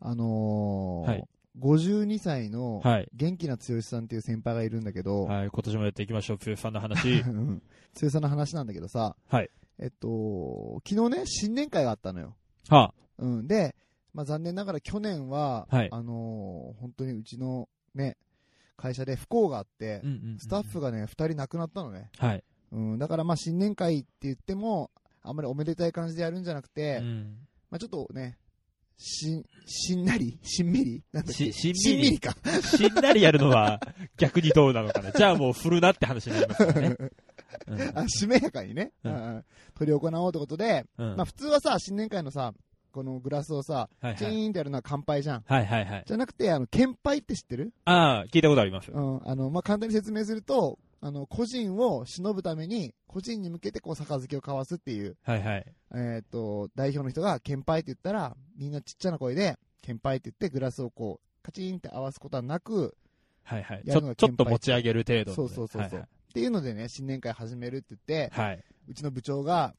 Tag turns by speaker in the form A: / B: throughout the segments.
A: あのー
B: はい
A: 52歳の
B: はい。
A: 元気な剛さんっていう先輩がいるんだけど、。
B: はい。今年もやっていきましょう、プーさんの 話
A: うん剛さんの話なんだけどさ、
B: はい
A: えっと、昨日ね、新年会があったのよ。
B: は
A: うん、で、まあ、残念ながら去年は、
B: はい
A: あのー本当にうちのね、会社で不幸があって
B: あ、うんうんうん
A: スタッフがね、2人亡くなったのね。
B: はい。
A: うん、だからまあ新年会って言っても、あんまりおめでたい感じでやるんじゃなくて、
B: うん
A: まあちょっとね、しん、 しんなりしんみりなんだっけ
B: ししんみり
A: んみりか。
B: しんなりやるのは逆にどうなのかな。じゃあもう振るなって話になりますから ね。
A: あしめやかにね、う
B: うんん
A: うん、取り行おうってことで、
B: うん。うん
A: まあ普通はさ、新年会のさ、このグラスをさ、
B: はい
A: チ
B: はい。
A: ーンってやるのは乾杯じゃん。
B: はいはいはい。
A: じゃなくて、あの、献杯って知ってる
B: ああ、聞いたことあります。
A: うん。あの、まあ、簡単に説明すると、あの、個人を忍ぶために、個人に向けてこう、杯を交わすっていう、
B: はいはい。
A: えっ、と、代表の人が、献杯って言ったら、みんなちっちゃな声で、献杯って言って、グラスをこう、カチンって合わすことはなく、
B: はいはい。
A: や
B: ち
A: るの
B: ょ
A: が
B: ちょっと持ち上げる程度のね。
A: そうそうそうそう
B: はいはい
A: っていうのでね、新年会始めるって言って、
B: はい。
A: うちの部長が、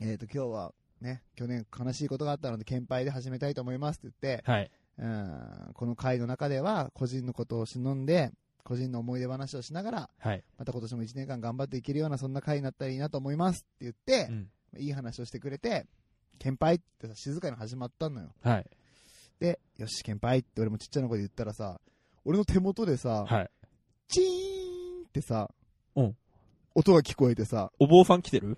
A: えっ、と、今日は、ね、去年悲しいことがあったので、献杯で始めたいと思いますって言って、
B: はい。
A: うん、この会の中では、個人のことを忍んで、個人の思い出話をしながら、
B: はい。
A: また今年も1年間頑張っていけるような、そんな会になったらいいなと思いますって言っ
B: う
A: て、
B: ん
A: いい話をしてくれて、献杯ってさ、静かに始まったのよ。
B: はい。
A: で、よし、献杯って俺もちっちゃな声で言ったらさ、俺の手元でさ、
B: はい。
A: チーンってさ、
B: うん
A: 音が聞こえてさ、
B: お坊さん来てる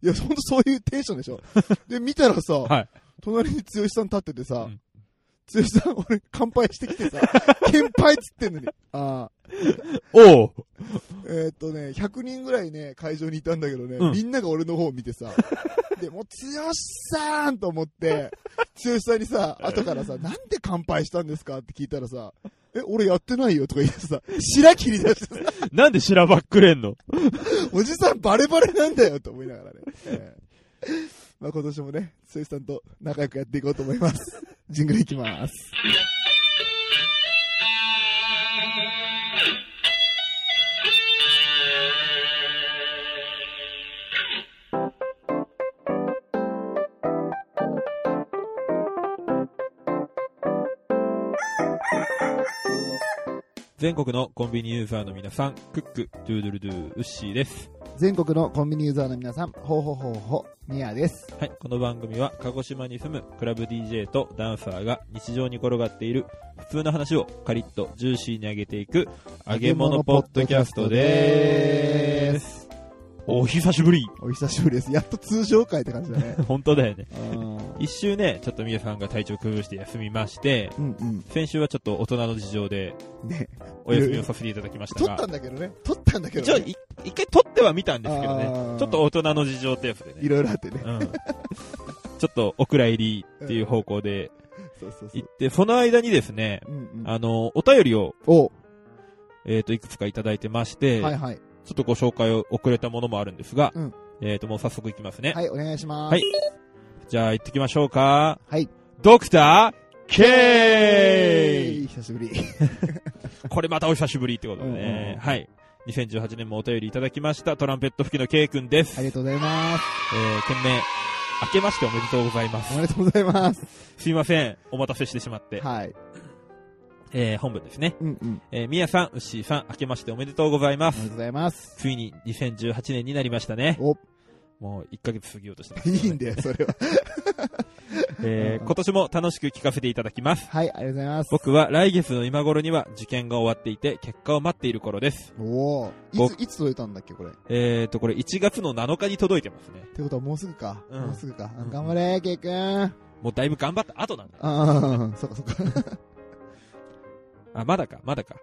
A: いや、ほんとそういうテンションでし ょ。で、見たらさ、
B: はい。
A: 隣に剛さん立っててさ、
B: うん
A: 剛さん、俺、乾杯してきて さ、乾杯っつってんのに。ああ
B: おう
A: えーっとね、100人ぐらいね、会場にいたんだけどね、
B: うん
A: みんなが俺の方を見て さ、で、もう、剛さんと思って、剛さんにさ、後からさ、なんで乾杯したんですかって聞いたらさ、え、俺やってないよとか言ってさ、白切り出してさ、
B: なんでしらばっくれんの
A: おじさんバレバレなんだよと思いながらね。ええまあ今年もね、剛さんと仲良くやっていこうと思います。 ジングルいきます。
B: 全国のコンビニユーザーの皆さん、クック、ドゥードゥルドゥ、ウッシーです。
A: 全国のコンビニユーザーの皆さん、ほうほうほうほう、ミヤです。
B: はい、この番組は鹿児島に住むクラブ DJ とダンサーが日常に転がっている普通の話をカリッとジューシーに上げていく揚げ物ポッドキャストでーす。
A: す。
B: お久しぶり
A: お久しぶりです。やっと通常会って感じだね。
B: 本当だよね。
A: うん
B: 一周ね、ちょっとみやさんが体調崩して休みまして、
A: うん
B: 先週はちょっと大人の事情で
A: うん。ね。
B: お休みをさせていただきました
A: 撮っ
B: が
A: た、んだけどね。撮ったんだけ
B: 一
A: ど
B: 応
A: ね。
B: い一回撮っては見たんですけどね、
A: あー
B: ちょっと大人の事情ってやつで
A: い
B: ね。
A: ろいろあってね。
B: うんちょっとお蔵入りっていう方向で
A: そうそうそ
B: 行っ
A: う。
B: て、その間にですね、
A: うんうん
B: あの、お便りを、
A: お、
B: えっ、と、いくつかいただいてまして、
A: はいはい。
B: ちょっとご紹介を遅れたものもあるんですが、
A: うん
B: えっ、と、もう早速いきますね。
A: はい、お願いします。
B: はいじゃあ、行ってきましょうか。
A: はい。
B: ドクター
A: え
B: K!
A: い久しぶり。
B: これまたお久しぶりってことで
A: うんうん
B: ね
A: う。ん
B: はい。2018年もお便りいただきました、トランペット吹きの K 君です。
A: ありがとうございます。
B: えー、懸命、明けましておめでとうございま
A: お
B: す。
A: めでとうございます。
B: すいません、お待たせしてしまって。
A: はい。
B: えー、本文ですね。
A: うんうん。
B: えー、みやさん、うっしーさん、明けましておめでとうございま
A: おめ
B: す
A: で。とうございます。
B: ついに2018年になりましたね。
A: お、
B: もう1ヶ月過ぎようとしてます、
A: いいんだ よ、それは。
B: えー今年も楽しく聞かせていただきます。
A: はい、ありがとうございます。
B: 僕は来月の今頃には受験が終わっていて、結果を待っている頃です。
A: おお。いつ、
B: 僕
A: いつ届いたんだっけ、これ。っ
B: えーと、これ1月の7日に届いてますね。
A: てことはもうすぐか。
B: うん
A: もうすぐか。あ
B: うん
A: 頑張れ、ケイくん。あ
B: もうだいぶ頑張った後なんだ。
A: あ、そっかそっか。
B: あ、まだか、まだか、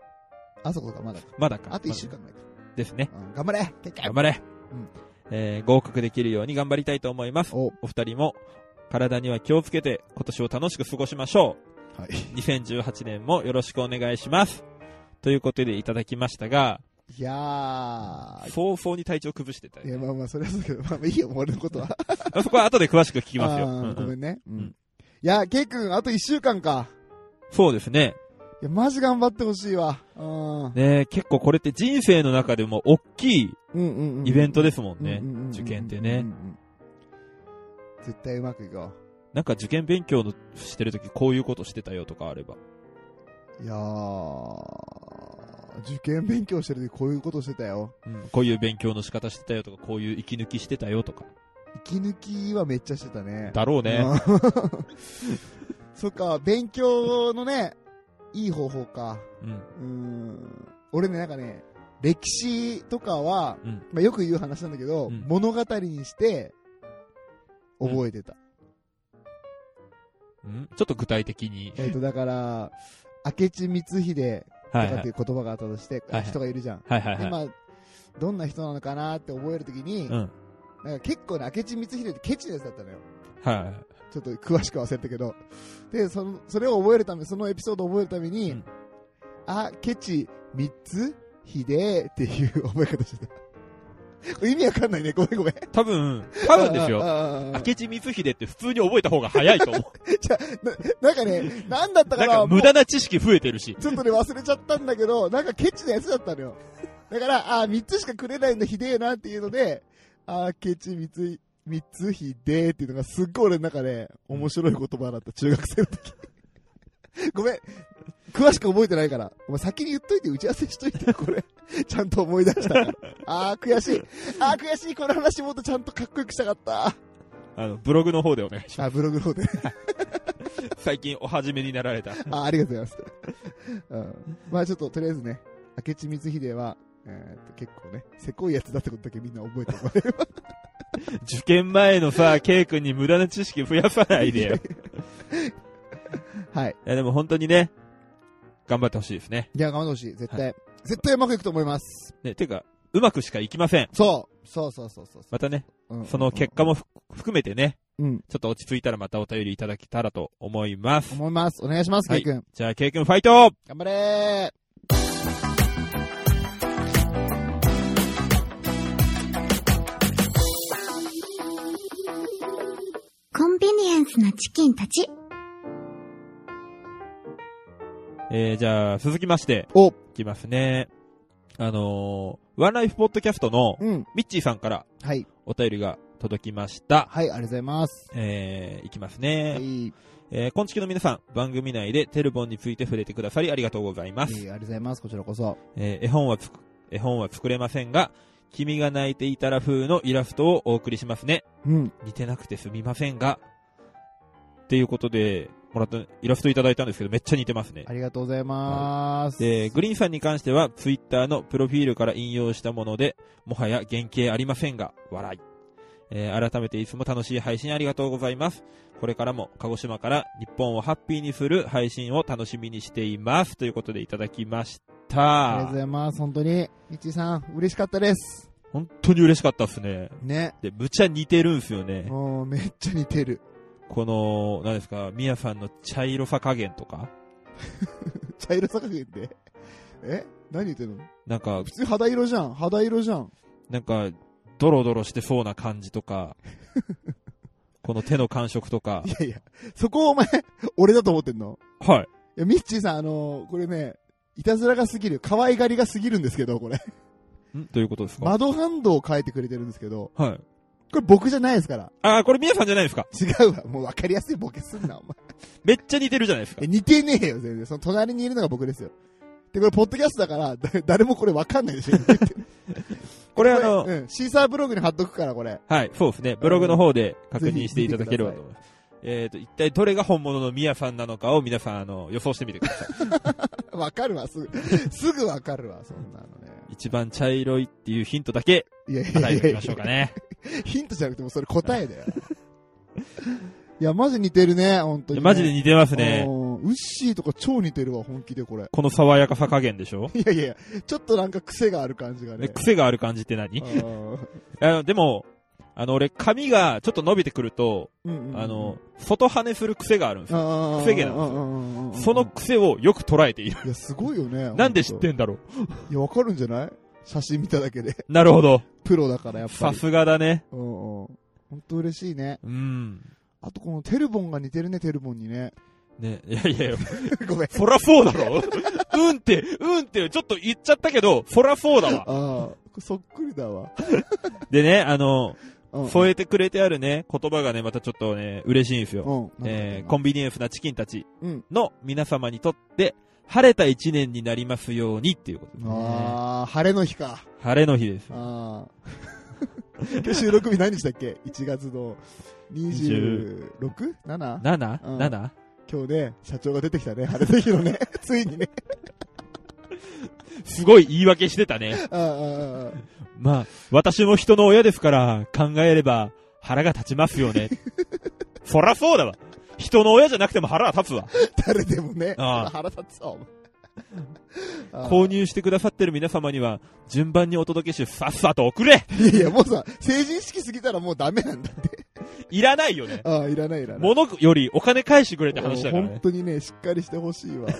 A: あ、そっかそっか、ま だか。
B: まだか。
A: あと一週
B: まだ
A: 間だけ
B: ですね。
A: うん頑張れ、ケイく
B: 頑
A: ん。
B: 張れ。
A: うん
B: えー合格できるように頑張りたいと思います。
A: お、
B: お二人も、体には気をつけて、今年を楽しく過ごしましょ
A: はい。
B: う。2018年 もよろしくお願いします。ということでいただきましたが、
A: いやー。
B: 早々に体調崩してたよ
A: い
B: ね、
A: や、まあまあ、それはそうだけど、まあまあいいよ、もう俺のことは。
B: あそこは後で詳しく聞きますよ。
A: あ
B: うんう
A: ー
B: ん
A: ごめんね。うん
B: うん
A: いや、ケイくん、あと一週間か。
B: そうですね。
A: いや、マジ頑張ってほしいわ。うん。うん
B: ね結構これって人生の中でも大きい
A: うんうん。
B: イベントですもんね
A: うんうんうんうん。
B: 受験って
A: う
B: ね
A: んうん。絶対うまくいこう。
B: なんか受験勉強のしてるときこういうことしてたよとかあれば。
A: いやー、受験勉強してる時こういうことしてたよ。
B: うん、こういう勉強の仕方してたよとか、こういう息抜きしてたよとか。
A: 息抜きはめっちゃしてたね。
B: だろうね。
A: うん そっか、勉強のね、いい方法か。
B: うん。
A: うーん。俺ね、なんかね、歴史とかは、
B: うん
A: まあ、よく言う話なんだけど、
B: うん
A: 物語にして、覚えてた。
B: うん、ちょっと具体的 に。
A: えっ、と、だから、明智光秀と
B: は
A: か
B: い、
A: っ
B: は
A: てい
B: い。
A: う言葉があったとして、
B: はいはい
A: 人がいるじゃん。
B: はいはいはい。
A: でまあどんな人なのかなって覚えるときに、
B: うん。
A: なんか結構ね、明智光秀ってケチなやつだったのよ。
B: はいはいはい。
A: ちょっと詳しくは忘れたけど。で、その、それを覚えるため、そのエピソードを覚えるために、
B: うん
A: あ、ケチ、三つ、ひでーっていう覚え方してた。 これ意味わかんないね。ごめんごめん。
B: 多分、多分ですよ。
A: よ
B: 明智光秀って普通に覚えた方が早いと思う。
A: なんかね、なん だった
B: な
A: か
B: ん
A: な
B: か無駄な知識増えてるし。
A: ちょっとね、忘れちゃったんだけど、なんかケチなやつだったのよ。だから、あー、3つしかくれないんだ、ひでえなっていうので、あー、ケチ3つ、3つひでえっていうのがすっごい俺の中で面白い言葉だった、中学生の時。 ごめん。詳しく覚えてないから。お前先に言っといて、打ち合わせしといて、これ。ちゃんと思い出したから。あー、悔しい。あー、悔しい。この話もっとちゃんとかっこよくしたかった。
B: あの、ブログの方でお願いしま
A: あ、ブログの方で。
B: す。最近お始めになられた。
A: あありがとうございます。 うん、まあちょっととりあえずね、明智光秀は、えーっと結構ね、せこいやつだってことだけみんな覚えてもら えれば
B: 受験前のさ、ケイ君に無駄な知識増やさない でよ。い
A: はい。
B: や、でも本当にね、頑張ってほしいですね。
A: いや、頑張ってほしい。絶対。
B: は
A: 絶対うまくいくと思います。
B: ね、てか、うまくしかいきません。
A: そう。そうそうそうそう
B: またね、
A: うん
B: その結果もふ含めてね、
A: うん。
B: ちょっと落ち着いたらまたお便りいただけたらと思います。
A: 思います。お願いします、
B: は
A: ケ
B: い
A: イ君。
B: じゃあ、ケイ君ファイト
A: 頑張れ
C: コンビニエンスなチキンたち。
B: えー、じゃあ、続きまして、
A: お
B: いきますね。あのー、ワンライフポッドキャストの
A: ーうん。
B: ミッチーさんから
A: はい。
B: お便りが届きました。
A: はい、ありがとうございます。
B: えー、いきます
A: は
B: ね。
A: い。い
B: えー、今月の皆さん、番組内でテルボンについて触れてくださりありがとうございま
A: えい
B: す。
A: えありがとうございます。こちらこそ。
B: えー、絵本はつく、絵本は作れませんが、君が泣いていたら風のイラストをお送りしますね。
A: うん。
B: 似てなくてすみませんが、っていうことで、もらった、イラストいただいたんですけど、めっちゃ似てますね。
A: ありがとうございます。
B: で、グリーンさんに関しては、ツイッターのプロフィールから引用したもので、もはや原型ありませんが、笑い。えー改めていつも楽しい配信ありがとうございます。これからも鹿児島から日本をハッピーにする配信を楽しみにしています。ということでいただきまし
A: ありがとう
B: た
A: ご。ざいます。本当に。みっちーさん、嬉しかったです。
B: 本当に嬉しかったっすね。
A: ね。
B: で、むちゃ似てるんすよね。
A: もう、めっちゃ似てる。
B: この、何ですか、みやさんの茶色さ加減とか、
A: 茶色さ加減って。え何言ってんの
B: なんか
A: 普、通肌色じゃん。肌色じゃん。
B: なんか、ドロドロしてそうな感じと か、この手の感触とか
A: い、やいや、そこをお前、俺だと思ってんの
B: はい。
A: いや、ミッチーさん、あのーこれね、いたずらが過ぎる、可愛がりが過ぎるんですけど、これ。
B: んどういうことですか、
A: 窓ハンドを変えてくれてるんですけど、
B: はい。
A: これ僕じゃないですから。
B: あー、これ皆さんじゃないですか
A: 違うわ。もう分かりやすいボケすんな、お 前。
B: めっちゃ似てるじゃないですか
A: え似てねえよ、全然。その隣にいるのが僕ですよ。で、これ、ポッドキャストだから、だ誰もこれ分かんないでしょ。こ
B: これあの、
A: うん、シーサーブログに貼っとくから、これ。
B: はい、そうですね。ブログの方で確認していただければと思います。えっと、一体どれが本物のミヤさんなのかを皆さん、あ の、予想してみてください。
A: 分かるわ、すぐ。すぐ分かるわ、そんなのね。
B: 一番茶色いっていうヒントだけ、
A: いやいやい
B: 与え
A: や
B: て
A: い
B: み
A: や
B: ましょうか ね。
A: ヒントじゃなくてもうそれ答えだよ。いや、マジ似てるね、本当に、ね。
B: マジで似てます
A: て
B: ね。
A: ウッシーとか超似てるわ、本気でこれ。
B: この爽やかさ加減でしょ
A: いやいや、ちょっとなんか癖がある感じが
B: で
A: ね。
B: 癖がある感じって何
A: うん
B: あのでも、あの、俺、髪がちょっと伸びてくると、
A: うんうん
B: あの、、外跳ねする癖があるんですよ。
A: あー
B: 癖毛なんですよ
A: うんうんうんうん
B: その癖をよく捉えている。
A: いや、すごいよね。
B: なんで知って
A: ん
B: んだろう
A: いや、わかるんじゃない写真見ただけで。
B: なるほど。
A: プロだから、やっぱ
B: さ
A: り。
B: すがだね。
A: うんうん。本当嬉しいね。
B: うん。
A: あとこのテルボンが似てるね、テルボンに ね。
B: ね、いやいや、
A: ごめん。
B: そらそうだろ うんって、うんって、ちょっと言っちゃったけど、そらそうだわ。
A: ああ、そっくりだわ。
B: でね、あの、
A: うん
B: 添えてくれてあるね、言葉がね、またちょっとね、嬉しいんですよ。
A: うん。
B: えーコンビニエンスなチキンたち
A: うん
B: の皆様にとって、晴れた一年になりますようにっていうことですね。
A: あー、晴れの日か。
B: 晴れの日です。
A: あ ー今日収録日何日だっけ ?1 月の 26?7? う
B: 7?7?
A: ん今日ね、社長が出てきたね。晴れの日の ね。ついにね。
B: すごい言い訳してたね。
A: あーあーあー
B: まあ、私も人の親ですから、考えれば腹が立ちますよ ね。そらそうだわ。人の親じゃなくても腹は立つわ。
A: 誰でもね。
B: あー
A: 腹立つわ、お前あー
B: 購入してくださってる皆様には、順番にお届けし、さっさと送れ
A: いやいや、もうさ、成人式過ぎたらもうダメなん だ。
B: いらないよね。
A: ああ、いらないいらない。
B: 物よりお金返してくれって話だから
A: 本
B: ね。
A: 当にね、しっかりしてほしい わ。い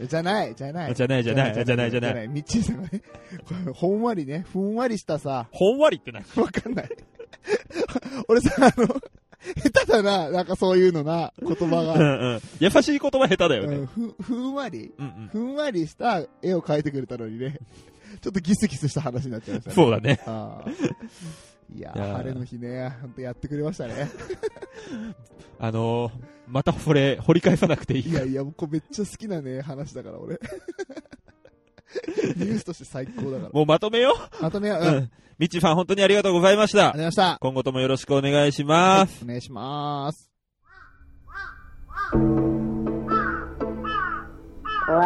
A: やじゃない、じゃない。
B: じゃないじゃない、じゃないじゃない。
A: い。みっちーさんがね、これほんわりね、ふんわりしたさ、
B: ほんわりって何
A: わかんない。俺さ、あの、下手だな、なんかそういうのな、言葉
B: う
A: が。
B: んうん。優しい言葉下手だよ
A: う
B: ね
A: ん。ふふんわり
B: うんうん。
A: ふんわりした絵を描いてくれたのにね、ちょっとギスギスした話になっちゃいましたね。
B: そうだね。
A: あーいや、
B: いやー
A: 晴れの日ね、ほんとやってくれましたね。
B: あのー、またそれ、掘り返さなくていい
A: い。やいや、もうこれめっちゃ好きなね、話だから、 俺。ニュースとして最高だから。
B: もうまとめよ
A: まとめよう。
B: う。
A: うん。ありがと
B: う。
A: うん
B: みちさん本当にありがとうございました
A: ご。ざいました。
B: 今後ともよろしくお願いします。
A: お願いします。
D: 壊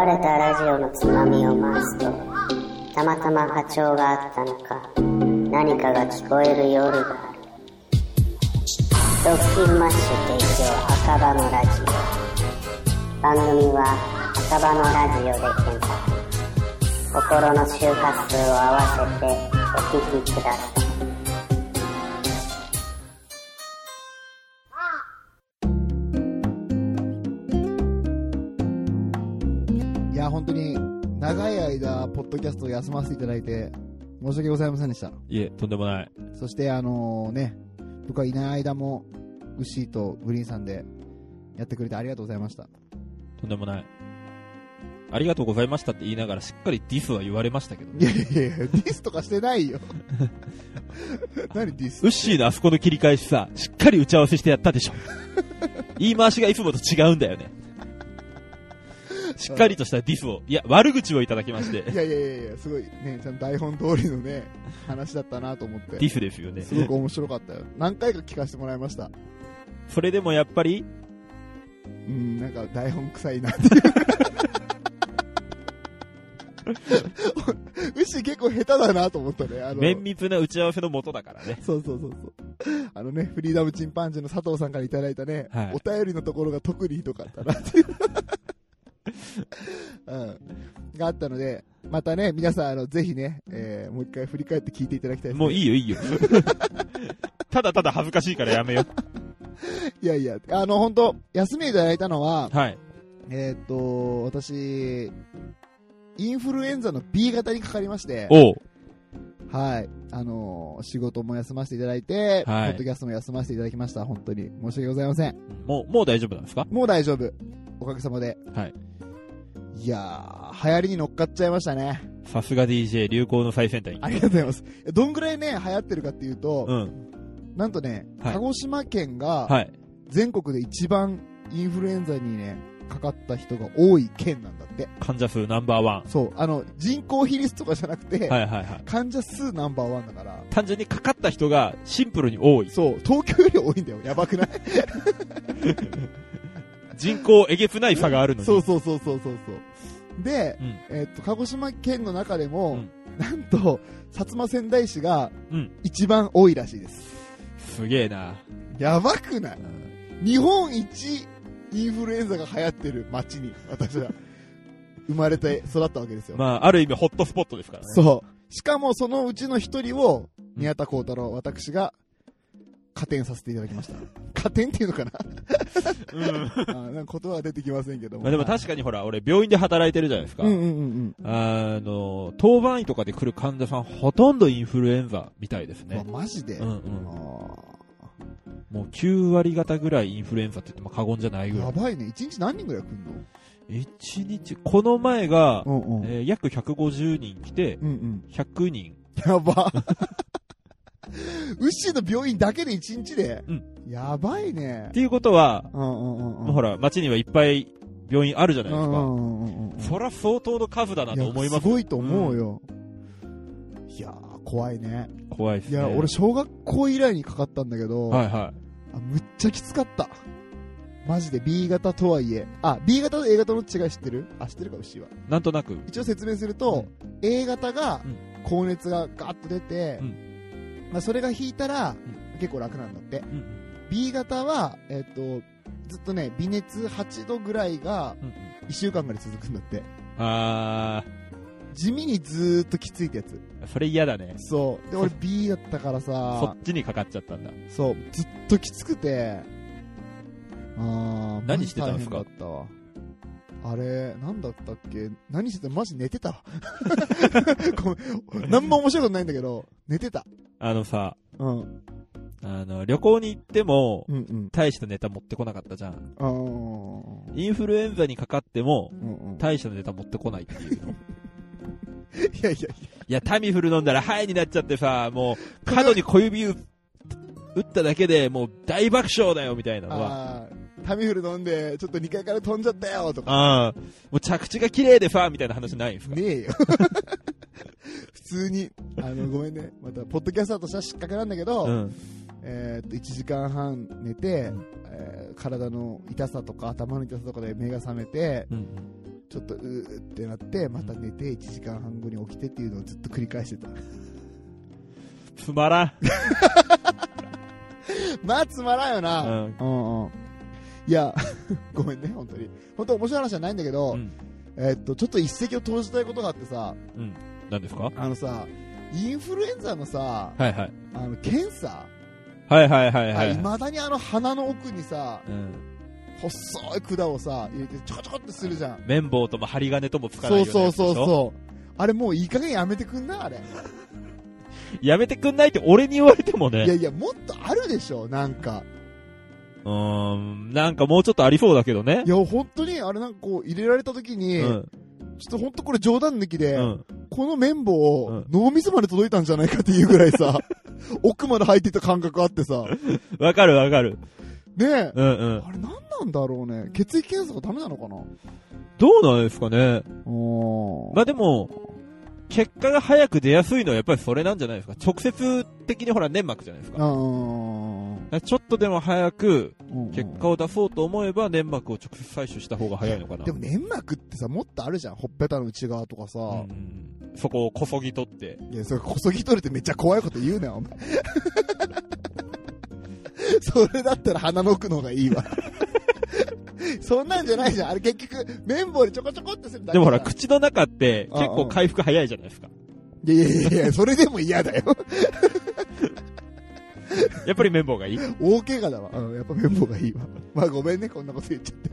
D: れたラジオのつまみを回すとたまたま波長があったのか何かが聞こえる夜がある「ドッキンマッシュ提供赤羽のラジオ」番組は赤羽のラジオで検索心の周波数を合わせてお聞きください
A: いや、本当に、長い間、ポッドキャストを休ませていただいて、申し訳ございませんでした。
B: いえ、とんでもない。
A: そして、あのね、僕はいない間も、ウッシーとグリーンさんで、やってくれてありがとうございました。
B: とんでもない。ありがとうございましたって言いながら、しっかりディスは言われましたけどね
A: いやいやいや、ディスとかしてないよ。 何ディス
B: ウッシーのあそこの切り返しさ、しっかり打ち合わせしてやった でしょ。言い回しがいつもと違うんだよね。しっかりとしたディスを、いや、悪口をいただきまして、
A: い
B: デ
A: やいやいやいや、すごいね、ちゃんと台本通りのね、話だったなと思って。
B: ィスですよね
A: す。ごく面白かったよ。何回か聞かせてもらいました。
B: それでもやっぱり、
A: うん、なんか台本臭いなっていう。 ウッシー結構下手だなと思ったね。あの
B: 綿密な打ち合わせのもとだからね。
A: そうそうそうそう。あのね、フリーダムチンパンジーの佐藤さんからいただいたね、
B: はい
A: お便りのところが特にひどかったなっていううん。があったので、またね、皆さん、あの、ぜひね、えーもう一回振り返って聞いていただきたいです、ね。
B: もういいよ、い いよ。ただただ恥ずかしいからやめよう。
A: いやいや、あの、本当休みいただいたのは、
B: はい。
A: えーっ、と、私、インフルエンザの B 型にかかりまして、
B: おう。
A: はい。あのー仕事も休ませていただいて、
B: はい
A: ポッドキャストも休ませていただきました。本当に。申し訳ございません。
B: もう、もう大丈夫なんですか
A: もう大丈夫。おかげさまで。
B: はい。
A: いやー、流行りに乗っかっちゃいましたね。
B: さすが DJ 流行の最先端
A: ありがとうございます。どんぐらいね、流行ってるかっていうと、
B: うん。
A: なんとね、
B: はい
A: 鹿児島県が
B: はい。
A: 全国で一番インフルエンザにね、かかった人が多い県なんだって。
B: 患者数ナンバーワン。
A: そう。あの、人口比率とかじゃなくて、
B: はいはいはい。
A: 患者数ナンバーワンだから、
B: 単純にかかった人がシンプルに多い。
A: そう、東京より多いんだよ。やばくない
B: 人口えげつない差があるのに。
A: そうそうそうそうそうそう。で、
B: うん
A: えっと、鹿児島県の中でも、
B: うん
A: なんと、薩摩仙台市が
B: うん
A: 一番多いらしいです。
B: すげえな。
A: やばくない日本一インフルエンザが流行ってる町に、私は、生まれて育ったわけですよ。
B: まあ、ある意味ホットスポットですからね。
A: そう。しかもそのうちの一人を、宮田幸太郎、私が、加点させていただきました。加点っていうのかな
B: うん。
A: あーなんか言葉は出てきませんけども。
B: まあでも確かにほら、俺病院で働いてるじゃないですか。
A: うんうんうんうん。
B: あの、当番医とかで来る患者さんほとんどインフルエンザみたいですね
A: う。わマジで、
B: うんう
A: あ
B: ん。もう9割方ぐらいインフルエンザって言っても過言じゃない
A: ー
B: ぐら
A: や
B: い。
A: ばいね。一日何人ぐらい来んの
B: 一日、この前が、
A: んうん。
B: えー約150人来て、
A: うんうん。
B: 100人
A: やば。 ウッシーの病院だけで1日で、
B: うん
A: やばいね
B: ていうことは、
A: うんうんうんうん
B: もうほら、街にはいっぱい病院あるじゃないです
A: う
B: か。
A: んうんうんうん
B: そら相当の数だなと思い
A: や
B: ますす。
A: ごいと思うよ、いやー怖いね
B: 怖いです
A: い
B: ね。
A: や、俺小学校以来にかかったんだけど、
B: はいは。
A: あむっちゃきつかったマジで B 型とはいえあ B 型と A 型の違い知ってるあ知ってるか牛はい
B: なんとなく。
A: 一応説明すると、A 型が
B: うん
A: 高熱がガーッと出て、
B: う
A: まあ、それが引いたら、結構楽なんだって
B: うん
A: B 型は、えっとずっとね微熱8度ぐらいが
B: うんうん
A: 1週間ぐらい続くんだって
B: あ
A: 地味にずーっときついってやつ
B: ー、それ嫌だね。
A: そうで俺 B だったから
B: そ
A: さ
B: っちにかかっちゃったんだ。
A: そうずっときつくてあー
B: 何してたんですか
A: マジ大変だったわあれ何だったっけ何してたマジ寝てた わごめん何も面白いことないんだけど寝てた
B: あのさ、
A: うん
B: あの、旅行に行っても、
A: うんうん
B: 大したネタ持ってこなかったじゃん。
A: あー
B: インフルエンザにかかっても、
A: うんうん
B: 大したネタ持ってこないっ ていう。
A: いやいや
B: いや、タミフル飲んだらハイになっちゃってさ、もう、角に小指打打っただけでもう大爆笑だよみたいなのは。
A: あータミフル飲んで、ちょっと2階から飛んじゃったよとか。
B: ああ。もう着地が綺麗でさ、みたいな話ないんですか
A: ねえ よ。普通に、あの、ごめんね。また、ポッドキャスターとしては失格なんだけど、
B: うん。
A: えーっと、1時間半寝て、
B: うん
A: えー体の痛さとか頭の痛さとかで目が覚めて、
B: うん。
A: ちょっとうーってなって、また寝て1時間半後に起きてっていうのをずっと繰り返してた。
B: つまらん。
A: まあ、つまらんよな。
B: うん
A: うんうん。いや、 ごめんね、本当に。本当面白い話じゃないんだけど、
B: うん。
A: えっと、ちょっと一石を投じたいことがあってさ、
B: うん。何ですか
A: あのさ、インフルエンザのさ、
B: はいはい。
A: あの、検査、
B: はいはいはい
A: あ
B: はいい。
A: まだにあの鼻の奥にさ、
B: うん。
A: 細い管をさ、入れてちょこちょこってするじゃん。
B: 綿棒とも針金ともつかない
A: そ
B: よ
A: う
B: うな
A: そう
B: やつでし
A: そ
B: ょ
A: うそう。あれもういい加減やめてくんな、あれ。
B: やめてくんないって俺に言われても
A: いや
B: ね。
A: いや、もっとあるでしょ、なんか。
B: うーん。なんかもうちょっとありそうだけどね
A: い。や、本当に、あれなんかこう、入れられた時
B: う
A: に、ち
B: ん。
A: ょっと本当これ冗談抜きで、
B: うん。
A: この綿棒
B: う
A: を
B: ん
A: 脳みそまで届いたんじゃないかっていうぐらいさ、 奥まで入っていた感覚あってさ、
B: わかるわかる。
A: ねえ、
B: うんうん。
A: あれ何なんだろうね。血液検査がダメなのかな
B: どうなんですかね。
A: お
B: まあでも、結果が早く出やすいのはやっぱりそれなんじゃないですか。直接的にほら粘膜じゃないですか。だか
A: うん
B: らちょっとでも早く
A: うん
B: 結果を出そうと思えば粘膜を直接採取した方が早いのかな。
A: でも粘膜ってさ、もっとあるじゃん。ほっぺたの内側とかさ。
B: うんうんうんそこをこそぎ取って。
A: いや、それこそぎ取れてめっちゃ怖いこと言うなよ、お前。 それだったら鼻の奥の方がいいわ。 そんなんじゃないじゃん。あれ結局、綿棒でちょこちょこってするだけ
B: でもほら、
A: じゃん
B: 口の中って結構回復早いじゃないですか。
A: いやいやいや、それでも嫌だよ。
B: やっぱり綿棒が いい。
A: 大怪我だわ。うん、やっぱ綿棒がいいわ。まあごめんね、こんなこと言っちゃって。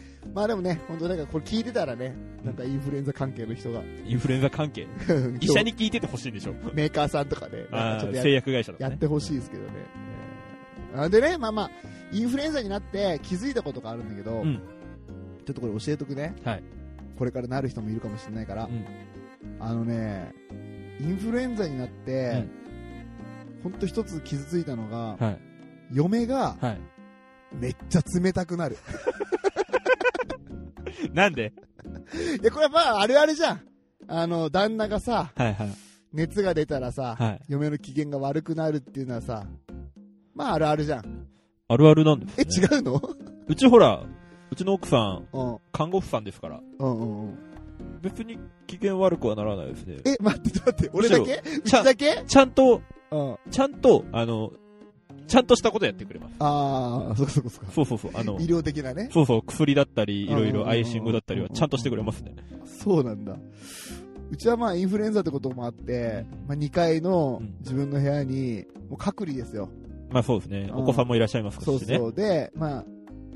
A: まあでもね、本当なんかこれ聞いてたらね、なんかインフルエンザ関係の人が、
B: インフルエンザ関係。 医者に聞いててほしいんでしょ。
A: メーカーさんとかで、なん
B: あ
A: かちょっと
B: ー
A: や
B: 製薬会社とか
A: やっ
B: ね。
A: てほしいですけどね。あでね、まあまあ、インフルエンザになって気づいたことがあるんだけど、
B: うん
A: ちょっとこれ教えとくね。
B: はい
A: これからなる人もいるかもしれないから、
B: うん
A: あのね、インフルエンザになって、ほんと一つ傷ついたのが、
B: はい。
A: 嫁が
B: はい。
A: めっちゃ冷たくなる。
B: なんで
A: いや、これはまあ、あるあるじゃん。あの、旦那がさ、
B: はいはい。
A: 熱が出たらさ、
B: はい。
A: 嫁の機嫌が悪くなるっていうのはさ、まああるあるじゃん。
B: あるあるなんです
A: え、
B: ね。
A: 違うの
B: うちほら、うちの奥さん、
A: うん。
B: 看護婦さんですから。
A: うんうんうん。
B: 別に機嫌悪くはならないですね。
A: え、待って、ちょっと待って、俺だけうち
B: ちゃ
A: だけ
B: ちゃんと、
A: うん。あ
B: ちゃんと、あの、ちゃんとしたことやってくれます。
A: あー、そっかそっかそっか。
B: そうそうそう、あの
A: 医、療的なね。
B: そうそう、薬だったり、い
A: うん
B: ろい
A: うんうんう
B: ろ
A: ん
B: アイシングだったりはちゃんとしてくれますね。
A: そうなんだ。うちはまあインフルエンザってこともあって、まあ2階の
B: うん
A: 自分の部屋に、もう隔離ですよ。
B: まあそうですね、
A: うん
B: お子さんもいらっしゃいますから
A: そう
B: しね。
A: そう。で、まあ、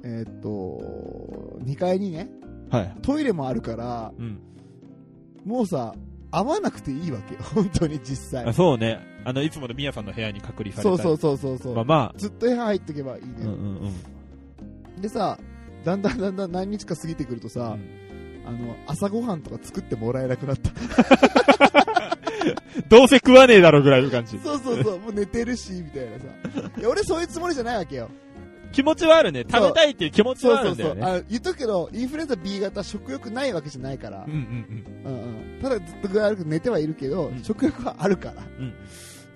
A: えーっと、2階にね、
B: はい。
A: トイレもあるから、
B: うん。
A: もうさ、会わなくていいわけよ。 本当に実
B: あ
A: 際。
B: そうね、あの、いつものみやさんの部屋に隔離された
A: そ
B: り。
A: うそうそうそうそう。
B: まあま
A: ずっと部屋入っとけばいい
B: あ、うんう
A: ね。
B: んうん。
A: でさ、だんだんだんだん何日か過ぎてくるとさ、
B: うん
A: あの、朝ごはんとか作ってもらえなくなった。
B: どうせ食わねえだろぐらいの感じ。
A: そうそうそう、もう寝てるし、みたいな さ。いや、俺そういうつもりじゃないわけよ。
B: 気持ちはあるね。食べたいっていう気持ち
A: そう
B: はあ
A: そ
B: る
A: うん
B: だ
A: そ
B: よ
A: う。
B: ね。
A: あ言っとくけど、インフルエンザ B 型食欲ないわけじゃないから
B: うん。う
A: う
B: ん
A: んうん。ただずっと具合悪く寝てはいるけど
B: う、ん
A: 食欲はあるから
B: ん。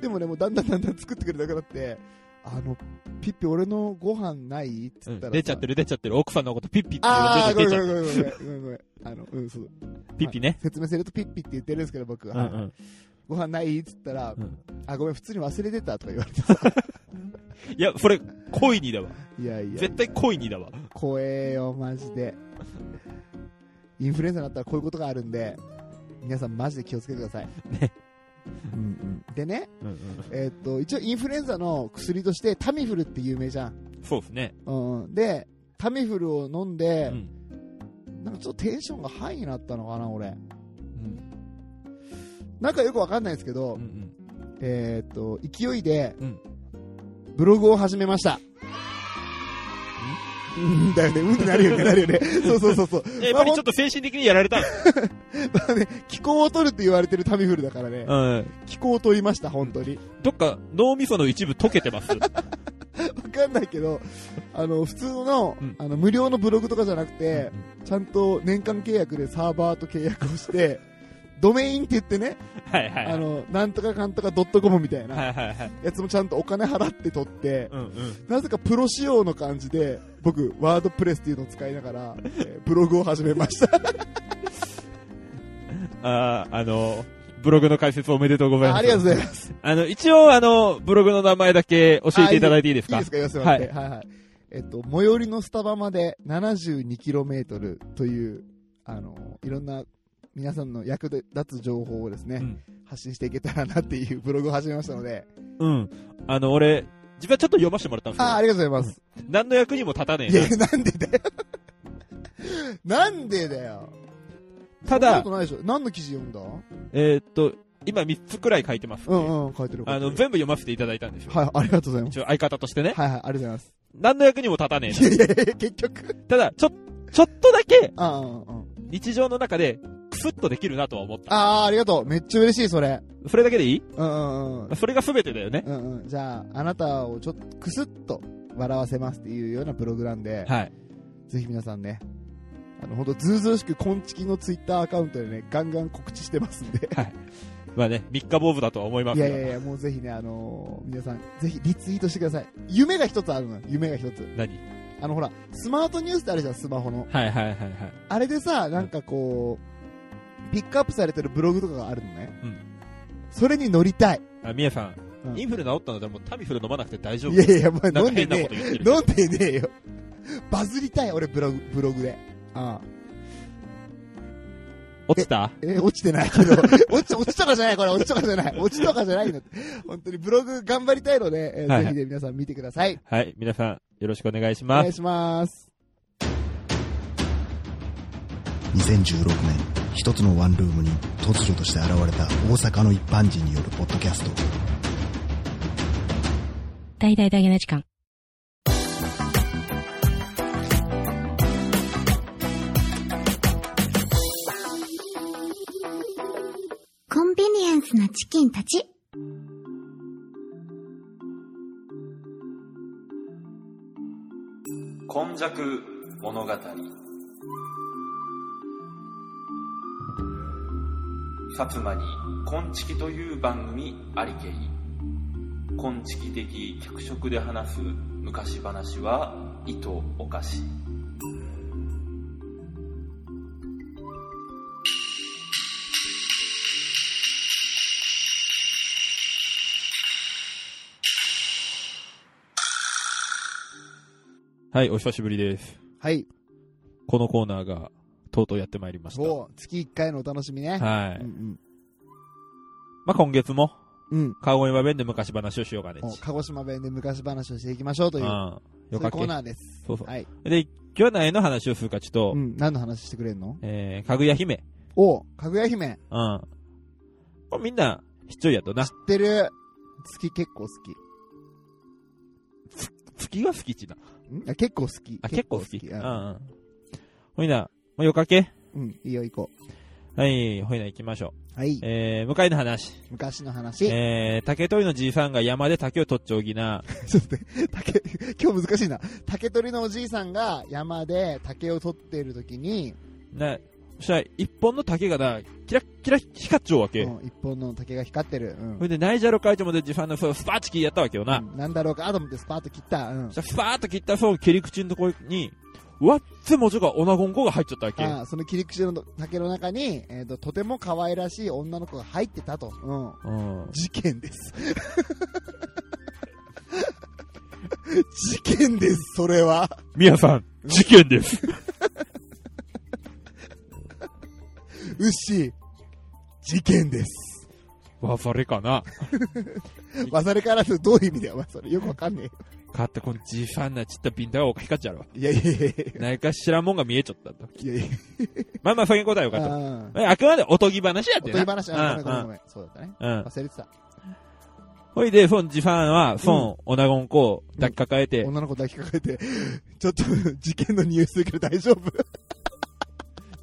A: でもね、もうだんだんだんだん作ってくれなくなって、あの、ピッピ俺のご飯ないって
B: う
A: 言っ
B: ん
A: たらさ。
B: うん。出ちゃってる出ちゃってる。奥さんのことピッピって
A: ああ、ご
B: 出
A: めん
B: ち
A: ご
B: ゃっ
A: めんごめ
B: て
A: んごめんごめんごめん。あの、うん、そう。
B: ピッピね。
A: 説明するとピッピって言ってるんですけど、僕
B: う
A: は。
B: んうん。
A: ご飯ないって言ったら、
B: うん
A: あ、ごめん、普通に忘れてたとか言われて。
B: いや、それ、恋にだわ。
A: いやいや、
B: 絶対恋にだわ。
A: 怖えよ、マジで。インフルエンザになったらこういうことがあるんで、皆さんマジで気をつけてください。
B: ね
A: うんうんでね、
B: うんうん。
A: えーっと、一応インフルエンザの薬としてタミフルって有名じゃん。
B: そうですね。
A: うんうん、で、タミフルを飲ん
B: う
A: で、
B: ん。
A: なんかちょっとテンションがハイになったのかな、俺。
B: うん
A: なんかよくわかんないですけど、
B: うん。
A: えーっと、勢いで、
B: うん
A: ブログを始めました。うんだよね、うんってなるよね、なるよね。そうそうそうそう。
B: やっぱりちょっと精神的にやられたの。
A: まあね、気候を取るって言われてるタミフルだからね、
B: うん。
A: 気候を取りました、本当に。
B: どっか脳みその一部溶けてます。
A: わかんないけど、あの、普通の、
B: うん
A: あの、無料のブログとかじゃなくて、
B: は
A: ちゃんと年間契約でサーバーと契約をして、ドメインって言ってね、
B: いはい。
A: あの、なんとかかんとか .com みたい
B: は
A: ない
B: はいはい。
A: やつもちゃんとお金払って取って、
B: うんうん。
A: なぜかプロ仕様の感じで、僕、ワードプレスっていうのを使いながら、えーブログを始めました。
B: あーあの、ブログの解説おめでとうございます。
A: ありがとうございます。
B: あの、一応、あの、ブログの名前だけ教えていただいていいで
A: い
B: す
A: い
B: か
A: ですか、言わせてもらって。はい、はい、えっと、最寄りのスタバまで 72km という、あの、いろんな皆さんの役立つ情報をですね、
B: うん
A: 発信していけたらなっていうブログを始めましたので、
B: うん。あの、俺、自分はちょっと読ませてもらったんですけ
A: ああ、ありがとうございます。
B: ど、何の役にも立たね
A: い
B: え
A: や、なんでだよ。なんでだよ。そ
B: な。た
A: んな
B: だ
A: こ、とないでしょ。何の記事読んだう
B: えーっと、今3つくらい書いてます、
A: んうん、書いてる。
B: あの、
A: 書いてる
B: 全部読ませていただいたんですよ。
A: はい、ありがとうございます。
B: 一応相方としてね。
A: はいはい、ありがとうございます。
B: 何の役にも立たね
A: いやいやいや、結局
B: え。な。ただ、ちょ、ちょっとだけ、
A: ああ、うんうん
B: 日常の中で、クスッとできるなとは思った。
A: あー、ありがとう。めっちゃ嬉しい、それ。
B: それだけでいい
A: うんうんうん。
B: それが全てだよね。
A: うんうん、じゃあ、あなたをちょっとクスッと笑わせますっていうようなブログなんで、
B: はい。
A: ぜひ皆さんね、あの、ほんと、ずうずうしく、こんちきのツイッターアカウントでね、ガンガン告知してますん で、
B: まあね、三日坊主だとは思いま
A: い
B: す
A: や
B: が。
A: いやいや、もうぜひね、あのー皆さん、ぜひリツイートしてください。夢が一つあるのよ、夢が一つ。
B: 何
A: あの、ほら、スマートニュースってあるじゃん、スマホの。
B: はいはいはいはい。
A: あれでさ、なんかこう、ピックアップされてるブログとかがあるのね。
B: うん
A: それに乗りたい。
B: あ、みえさん、
A: うん
B: インフル治ったのでもうタミフル飲まなくて大丈夫。
A: いやいやいや、お前
B: な
A: 飲
B: んか
A: んで
B: 変な
A: ねえ
B: こと言ってる。
A: 飲んでねえよ。バズりたい、俺、ブログ、ブログで。ああ
B: 落ちた
A: え、落ちてないけど、落ち、落ちとかじゃない、これ、落ちとかじゃない。落ちとかじゃないんだって。本当にブログ頑張りたいので、えー
B: はい
A: ぜひね、皆さん見てください。
B: はい、皆さん、よろしくお願いし
A: お
B: ま
A: 願
B: す
A: い。します。
E: 2016年一つのワンルームに突如として現れた大阪の一般人によるポッドキャスト
F: 大々大げな時間。
C: コンビニエンスなチキンたち。
G: 今弱物語薩摩に「こんちき」という番組ありけりこんちき的脚色で話す昔話は意図おかし
B: はい、お久しぶりです。
A: はい。
B: このコーナーが、とうとうやってまいりました。は
A: そう、月1回のお楽しみね。
B: い。
A: うん
B: まあ、今月も、
A: うん。うん。
B: 川越場弁で昔話をしようかね
A: もう鹿児島弁で昔話をしていきましょうと
B: う
A: い
B: ん。
A: う、
B: よ
A: そうい
B: か
A: うコー
B: け。
A: ナーです。
B: そうそう
A: はい。
B: で、今日何の話をするかちょっと
A: う、ん。何の話してくれんの
B: えー、かぐや姫。
A: おう、かぐや姫。
B: うん。これみんな、知っちょいやと
A: 知
B: な
A: っ。てる。月結構好き。
B: 月が好きちな。
A: んあ結構好き。
B: あ、結構好き。う
A: うん。
B: うんん。ほいな、もうよかけ。
A: うん、いいよ、行こ
B: はい、ほいな行きましょ
A: は
B: う。
A: い。
B: えー、向かいの話。
A: 昔の話。
B: えー、竹取りのじいさんが山で竹を取っちゃおぎな。
A: ちょっと待って竹、今日難しいな。竹取りのおじいさんが山で竹を取っているときに、
B: な、そしたら、一本の竹がな、キラッキラ光っちゃうわけ。
A: うん一本の竹が光ってる。うん
B: ほいで、ナイジャロ会長までじいさんのそうスパーチキーやったわけよな。
A: うんなんだろうかと思ってスパーッと切った。うん
B: そしたらスパーッと切ったその切り口のところに、わっつもちょがオナゴンコが入っちゃったわけ。
A: あーその切り口の竹の中に、えーと、とても可愛らしい女の子が入ってたと。うん
B: うん。
A: 事件です。 事件です、それは。
B: みやさん、事件です。
A: うっしー、事件です。
B: わ、それかな。
A: わされからするとどういう意味だよ、わされ。よくわかんね
B: かって、このじいさんなちったビンタがおかしかっちゃろ。
A: え。いやいやいやい
B: 何か知らんもんが見えちゃったと。
A: や。い やい
B: まあまあ、そういうことはよかった。
A: や。
B: えあくまでおとぎ話やっ
A: お
B: て
A: とぎ話
B: な
A: あごめんごめん。そうだったね。
B: うん。うん。
A: 忘れてた。
B: ほいで、そのジファンは、そのオナゴンコを抱きかかえて、
A: 女の子抱きかかえて、 ちょっと事件の匂いするけど大丈夫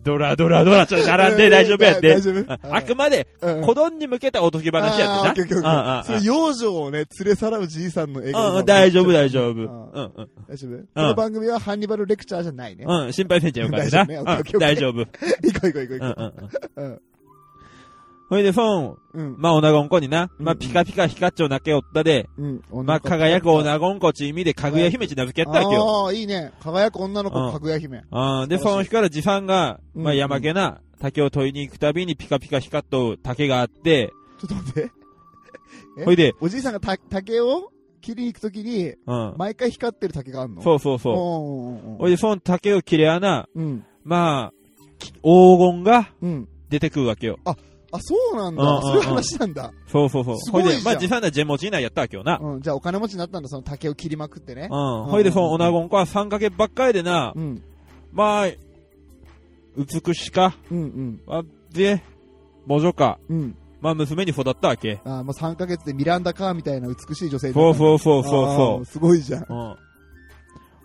B: ドラドラドラ、ちょっと並んで
A: うん
B: 大丈夫やって。
A: 大丈夫
B: うん
A: うん
B: あくまで、
A: うん
B: 子供に向けたおとぎ話や
A: あーオッケーオ
B: っ
A: ッ
B: て
A: ケーオッケー
B: な。
A: それ幼女をね、連れさらうじいさんの映
B: うんうんうんう
A: 画。
B: ん、大丈夫、大丈夫。う
A: うんん
B: うん。
A: 大丈夫この番組はハンニバルレクチャーじゃないね。
B: うん、心配せんちゃよか
A: 大
B: った
A: 丈夫
B: な。
A: ねオッケー
B: う
A: オッケー
B: ん大丈夫。
A: 行こう行こう行
B: うん
A: こ
B: うん
A: う
B: うん
A: ん。
B: ほいで、フォン、
A: う。うん。
B: まあ、オナゴンコにな、まあ、
A: うん
B: ピカピカ光っちょなけおったで、
A: うん。
B: まあ、輝くオナゴンコち意味で、かぐや姫ち名付けやったわけよ。
A: ああー、いいね。輝く女の
B: うん
A: 子、かぐや姫。
B: うん、
A: 素晴ら
B: で、
A: しい
B: その日からジファンが、まあ、
A: うん
B: 山毛な竹を取りに行くたびにピカピカ光っと竹があって、
A: ちょっと待って。え
B: ほいで、
A: おじいさんがた竹を切りに行くときに、
B: うん。
A: 毎回光ってる竹があるのう
B: そうそうそ。
A: そう
B: ほいで、その竹を切れ穴、
A: う。うん。
B: まあ、き黄金が
A: うん。
B: 出てくるわけよ。
A: あ、そうなん
B: うんうんうん
A: だ。そういう話なんだ。
B: そうそうそう。
A: すご
B: ほ
A: い
B: い
A: じゃん
B: で、まあ、ジファンなジェモチーナやったわけよな。
A: うん。じゃあお金持ちになったんだ、その竹を切りまくってね
B: う。ん。ほいで、そのオナゴンコは三かけばっかりでな、
A: うん。
B: まあ、美しか、
A: うんうん。
B: あで、魔女か、
A: うん。
B: まあ、娘に育ったわけ。
A: あーもう3ヶ月でミランダカーみたいな美しい女性になっ
B: そう
A: た
B: そうそうそう
A: あー
B: そ
A: すごいじゃん。
B: う。うん。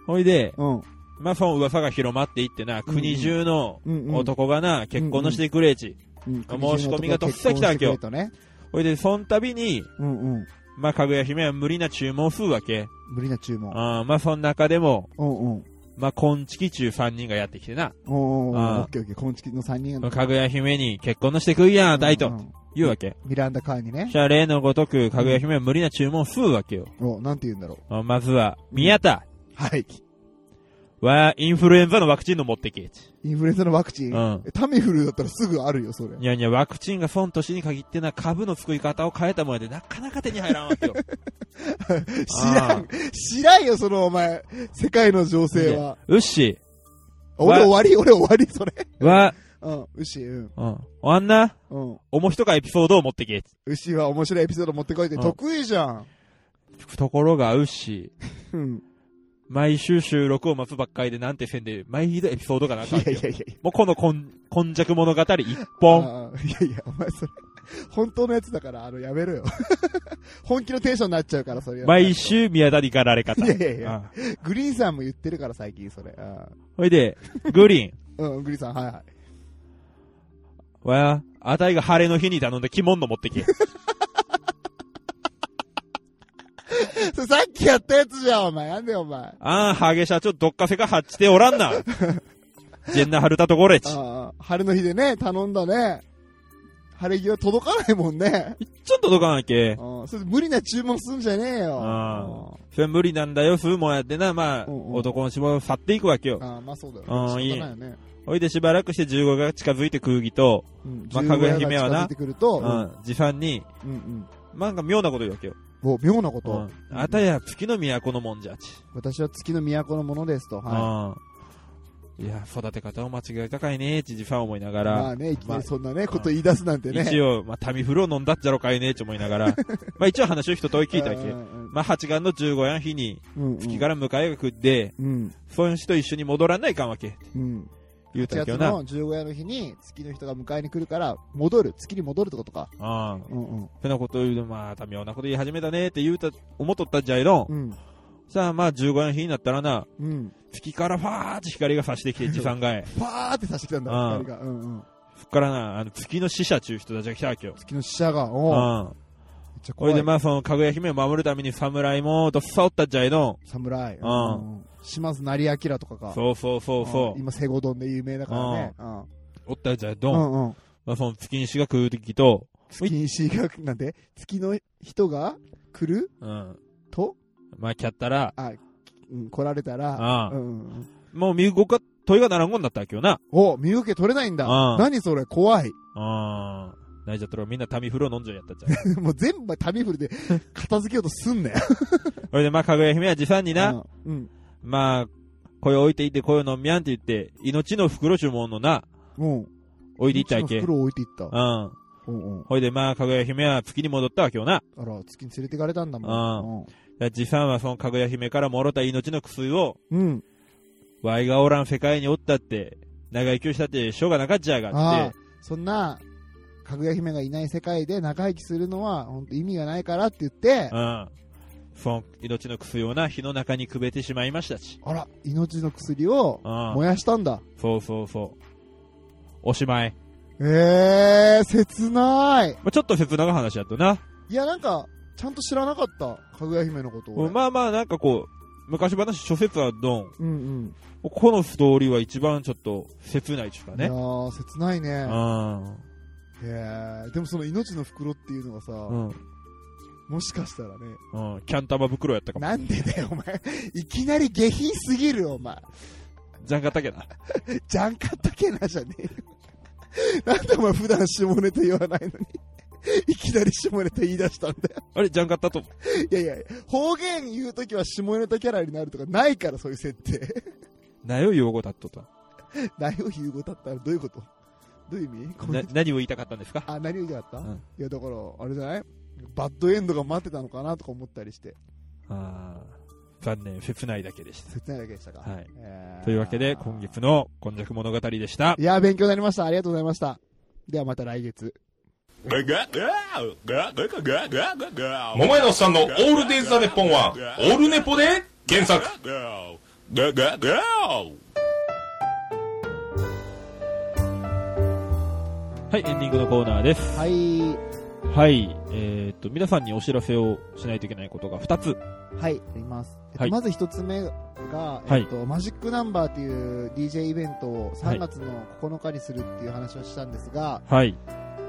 B: ほいで、
A: うん。
B: まあ、その噂が広まっていってな、国中の
A: うんうん
B: 男がな、結婚のしてくれち。
A: うん、
B: 申し込みがどっさ来たわけよ
A: 結婚してくれとね。
B: ほいで、その度に、
A: うんうん。
B: まあ、かぐや姫は無理な注文をするわけ。
A: 無理な注文。
B: あーまあ、その中でも、
A: うんうん。
B: まあ、今月中3人がやってきてな、
A: おーおーお
B: あー
A: ー、オッケーオッケー。今月の3人が。
B: かぐや姫に結婚のしてくいや、大
A: うんう
B: と、
A: ん
B: 言うわけ。
A: ミランダカーにね。
B: じゃあ、例のごとく、かぐや姫は無理な注文をするわけよ。
A: お、なんて言うんだろ
B: あまずは、宮田
A: う。はい。
B: は、インフルエンザのワクチンの持ってけ。
A: インフルエンザのワクチン。
B: うん
A: えタミフルだったらすぐあるよ、それ。
B: いやいや、ワクチンがその年に限ってな、株の作り方を変えたもので、なかなか手に入らんわけよ。
A: 知らん。知らんよ、そのお前。世界の情勢は。
B: うっし
A: 俺
B: わ
A: 終わり、俺終わり、それ。
B: ーは、
A: うん。牛、うん。
B: うん。あんな、
A: うん。
B: 面白かエピソードを持ってけ。
A: 牛は面白いエピソード持ってこいって
B: うん
A: 得意じゃん。
B: ところが、うっしー、
A: うん。
B: 毎週収録を待つばっかりで、なんてせんで、毎度エピソードがなか
A: いや
B: った
A: い
B: わ
A: や
B: け
A: い
B: よ。
A: やいや。
B: もうこのこん、今弱物語一本。
A: あーいやいや、お前それ、本当のやつだから、あの、やめろよ。 本気のテンションになっちゃうから、それ。
B: 毎。週宮田にがられ方。
A: いやいやいや
B: うん
A: グリーンさんも言ってるから、最近、それ。あ
B: ほいで、グリーン
A: ーうん、グリーンさん、はいはい。
B: は、あたいが晴れの日に頼んで着物の持ってけ。
A: それさっきやったやつじゃん、お前。なんで、お前。あ
B: あん、ハゲ社長どっかせかはっちておら んな。ジェンナハルタとゴレチ。
A: あー、晴れの日でね、頼んだね。晴れ着は届かないもんね。
B: ちょっとどかないけ。
A: うん、それ無理な注文すんじゃねえよ。
B: あそれ無理なんだよ、ふうもんやってな、まあ、
A: うんうん
B: 男の絞を去っていくわけよ
A: うん。あーまあそうだよ。
B: あー
A: 仕方ないよね。
B: おいでしばらくして15が近づいて空気と、
A: うん
B: まあかぐや姫は
A: 15が近
B: な
A: づいてくると、
B: う、
A: うんん、
B: 自賛に、
A: うん、
B: なんか妙なこと言うわけよ。
A: うん。お、妙なこ
B: う
A: と
B: ん。あたや月の都のもんじゃち。
A: 私は月の都のものですと。はい。
B: うん。いや、育て方を間違えたかいねえち、自賛思いなが
A: まあ
B: ら。
A: ね、いきなりそんなね、こと言い出すなんてね。
B: 一応、まあ、タミフルを飲んだっちゃろかいねえち思い ながら。まあ一応話を一通り聞いたわけ。まあ八月の15夜の日に、月から迎えが来って、
A: うん、
B: そういう人と一緒に戻らないかんわけ。
A: うん。
B: 言う
A: 8
B: たけ
A: 月
B: どな。
A: の15夜の日に月の人が迎えに来るから、戻る、月に戻るってことか。
B: ああ。
A: うんうん。
B: そんなこと言うと、まあ、た妙なこと言い始めたねって言うた、思っとったんじゃいろん。
A: うん。
B: さあ、まあ、15夜の日になったらな、
A: うん。
B: 月からファーって光が差してきて、地産街。
A: パーって差してきたんだ、
B: ああ
A: 光が。うんうん。
B: そっからな、あの、月の使者ちゅう人たちが来たわけよ。
A: 月の死者が、
B: う。
A: おうんめっちゃ
B: こ
A: 怖
B: れ
A: い。
B: でまあ、その、かぐや姫を守るために侍も、とっさおったっちゃいの。
A: 侍。
B: う
A: うんん。島津成明とかが。
B: そうそうそうそ
A: ん今、西郷丼で有名だからね。うん。
B: う。おったっちゃいうの。
A: んうん。
B: まあ、その、月に死が食うてきと、
A: 月に死が、なんで月の人が来る
B: うん。
A: と、
B: まあ、きゃったら、
A: うん、来られたら、
B: ああ
A: うんうんうん。
B: もう身動か、問いがならんごになったわけよな。
A: お身受け取れないんだ
B: ああ。
A: 何それ、怖い。
B: あー。泣いちゃったらみんなタミフルを飲んじゃいやったっ ちゃう。
A: もう全部タミフルで 片付けようとすんなよ。
B: それでまあ、かぐや姫は持参にな、
A: うん。うん。
B: まあ、声置いていって声飲みやんって言って、命の袋注文のな、
A: うん。
B: 置いていったわけ。
A: うちの
B: う
A: 袋を置いていった。
B: ん。
A: うんうん。
B: ほいでまあ、かぐや姫は月に戻ったわけよな。
A: あら、月に連れてかれたんだもん。
B: いや持参はそのかぐや姫からもろた命の薬を、
A: うん。うん。
B: わいがおらん世界におったって、長生きをしたってしょうがなかっちゃが
A: あ
B: っ
A: あ、そんな、かぐや姫がいない世界で長生きするのは、本当意味がないからって言って
B: て、、うん。その命の薬をな、火の中にくべてしまいましたし。
A: あら、命の薬を
B: うん
A: 燃やしたんだ。
B: そうそうそう。おしまい。
A: えー、切ない。
B: まあ、ちょっと切なが話やったな。
A: いや、なんか、ちゃんと知らなかった、かぐや姫のことを。
B: まあまあ、なんかこう、昔話諸説はどん。
A: うんうん。
B: このストーリーは一番ちょっと切ないっちゅうか
A: いや
B: ね。
A: ー、切ないうね。へ
B: ん。
A: ーでもその命の袋っていうのがさ、
B: うん。
A: もしかしたらね、
B: うん。キャン玉袋やったかも。
A: なんでだよ、お前。いきなり下品すぎる、お前。
B: じゃんかったけな。
A: じゃんかったけなじゃねえよ。 なんでお前普段下ネタ言わないのに。いきなり下ネタ言い出したんだよ。
B: あれ、じゃんかったと。
A: いやいや、方言言うときは下ネタキャラになるとかないから、そういう設定。
B: なよ、用語だっとと。
A: 何を言うことだったらどういうことどういう意味コメ
B: な
A: ント
B: 何を言いたかったんですか
A: あ、何を言いたかった、
B: うん
A: いや、だから、あれじゃないバッドエンドが待ってたのかなとか思ったりして、
B: あー残念、切ないだけでした。
A: 切ないだけでしたか。
B: はい
A: えー
B: というわけで、今月の今昔物語でした
A: い。や、勉強になりました。ありがとうございました。ではまた来月。
H: 桃屋のおっさんのオールデイズ・ザ・ネッポンは、オールネポで原作。
B: はい、エンディングのコーナーです。
A: はい。
B: はい、えーっと、皆さんにお知らせをしないといけないことが2つ。
A: はい、あります。えっと
B: はい
A: まず一つ目が、
B: い
A: えっとマジックナンバーという DJ イベントを
B: はい
A: 3月の9日にするっていう話をしたんですが、
B: はい、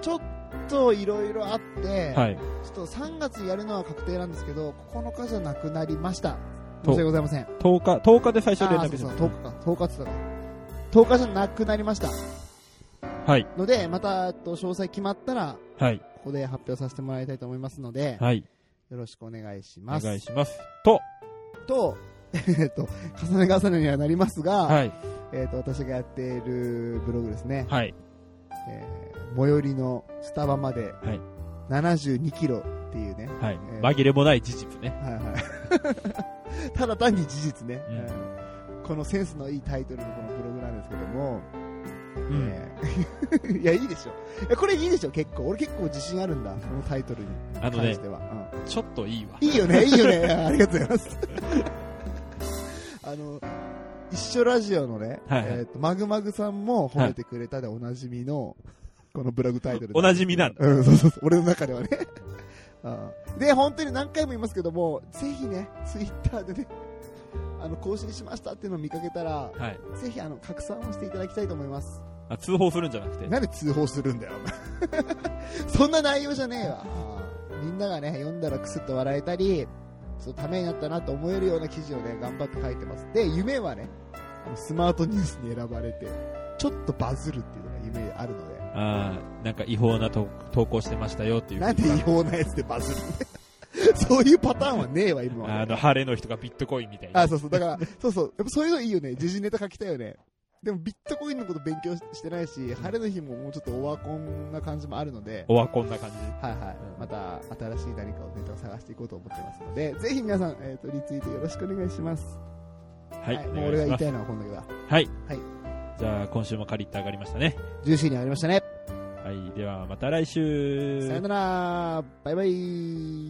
A: ちょっといろいろあって、
B: はい。
A: ちょっと3月やるのは確定なんですけど、9日じゃなくなりました。
B: と
A: 申し訳ございません。あ
B: 10日、10日で最初連
A: ー
B: 絡
A: そう
B: し
A: そう
B: ます。
A: 10日か、10日って言ったか。10日じゃなくなりました。
B: はい、
A: ので、また、えっと詳細決まったら、
B: はい、
A: ここで発表させてもらいたいと思いますので、
B: はい。
A: よろしくお願いし
B: お
A: ます。
B: 願いします。と、
A: と、 えっと、重ね重ねにはなりますが、
B: はい、
A: えっと、私がやっているブログですね、
B: はい、
A: えー最寄りのスタバまで
B: はい
A: 72キロっていうね、
B: はい。
A: えー
B: 紛れもない事実ね。
A: はいはい、 ただ単に事実ね、
B: うん
A: えーこのセンスのいいタイトルのこのブログなんですけども、
B: うん。
A: えー いや、いいでしょ。いやこれいいでしょ、結構。俺結構自信あるんだ、このタイトルに
B: あの
A: 関
B: ね
A: し、ては。うん
B: ちょっといいわ。
A: いいよね、いいよ ね。ありがとうございます。 あの、一緒ラジオのね、
B: はいはい
A: えーとマグマグさんも褒めてくれたでおなじみの、このブログタイトル。
B: おなじみなんだ。
A: うん、そうそうそう。俺の中ではね。あーで、本当に何回も言いますけども、ぜひね、ツイッターでね、あの、更新しましたっていうのを見かけたら、
B: はい。
A: ぜひ、あの、拡散をしていただきたいと思います。
B: あ通報するんじゃなくて。
A: なんで通報するんだよ、 お前そんな内容じゃねえわ。みんながね、読んだらクスッと笑えたり、そうためになったなと思えるような記事をね、頑張って書いてます。で、夢はね、あのスマートニュースに選ばれて、ちょっとバズるっていうのが夢あるので、
B: ああ、なんか違法なと投稿してましたよっていう。
A: なんで違法なやつでバズる のそういうパターンはねえわ、今は。
B: あの、晴れの人がビットコインみたいな。
A: あ、そうそう。だから、そうそう。やっぱそういうのいいよね。時事ネタ書きたいよね。でも、ビットコインのこと勉強ししてないし、晴れの日ももうちょっとオワコンな感じもあるので、
B: オワコンな感じ。
A: はいはい、
B: うん
A: また新しい何かをネタを探していこうと思ってますので、ぜひ皆さん、えー、とリツイートよろしくお願いします。
B: はい。
A: もう
B: お
A: 俺が
B: 願いし
A: 言い
B: ます
A: たいのはこんだけだ。
B: はい。
A: はい
B: じゃあ、今週もカリッと上がりましたね。
A: ジューシーに上がりましたね。
B: はい。では、また来週。
A: さよなら、バイバイ。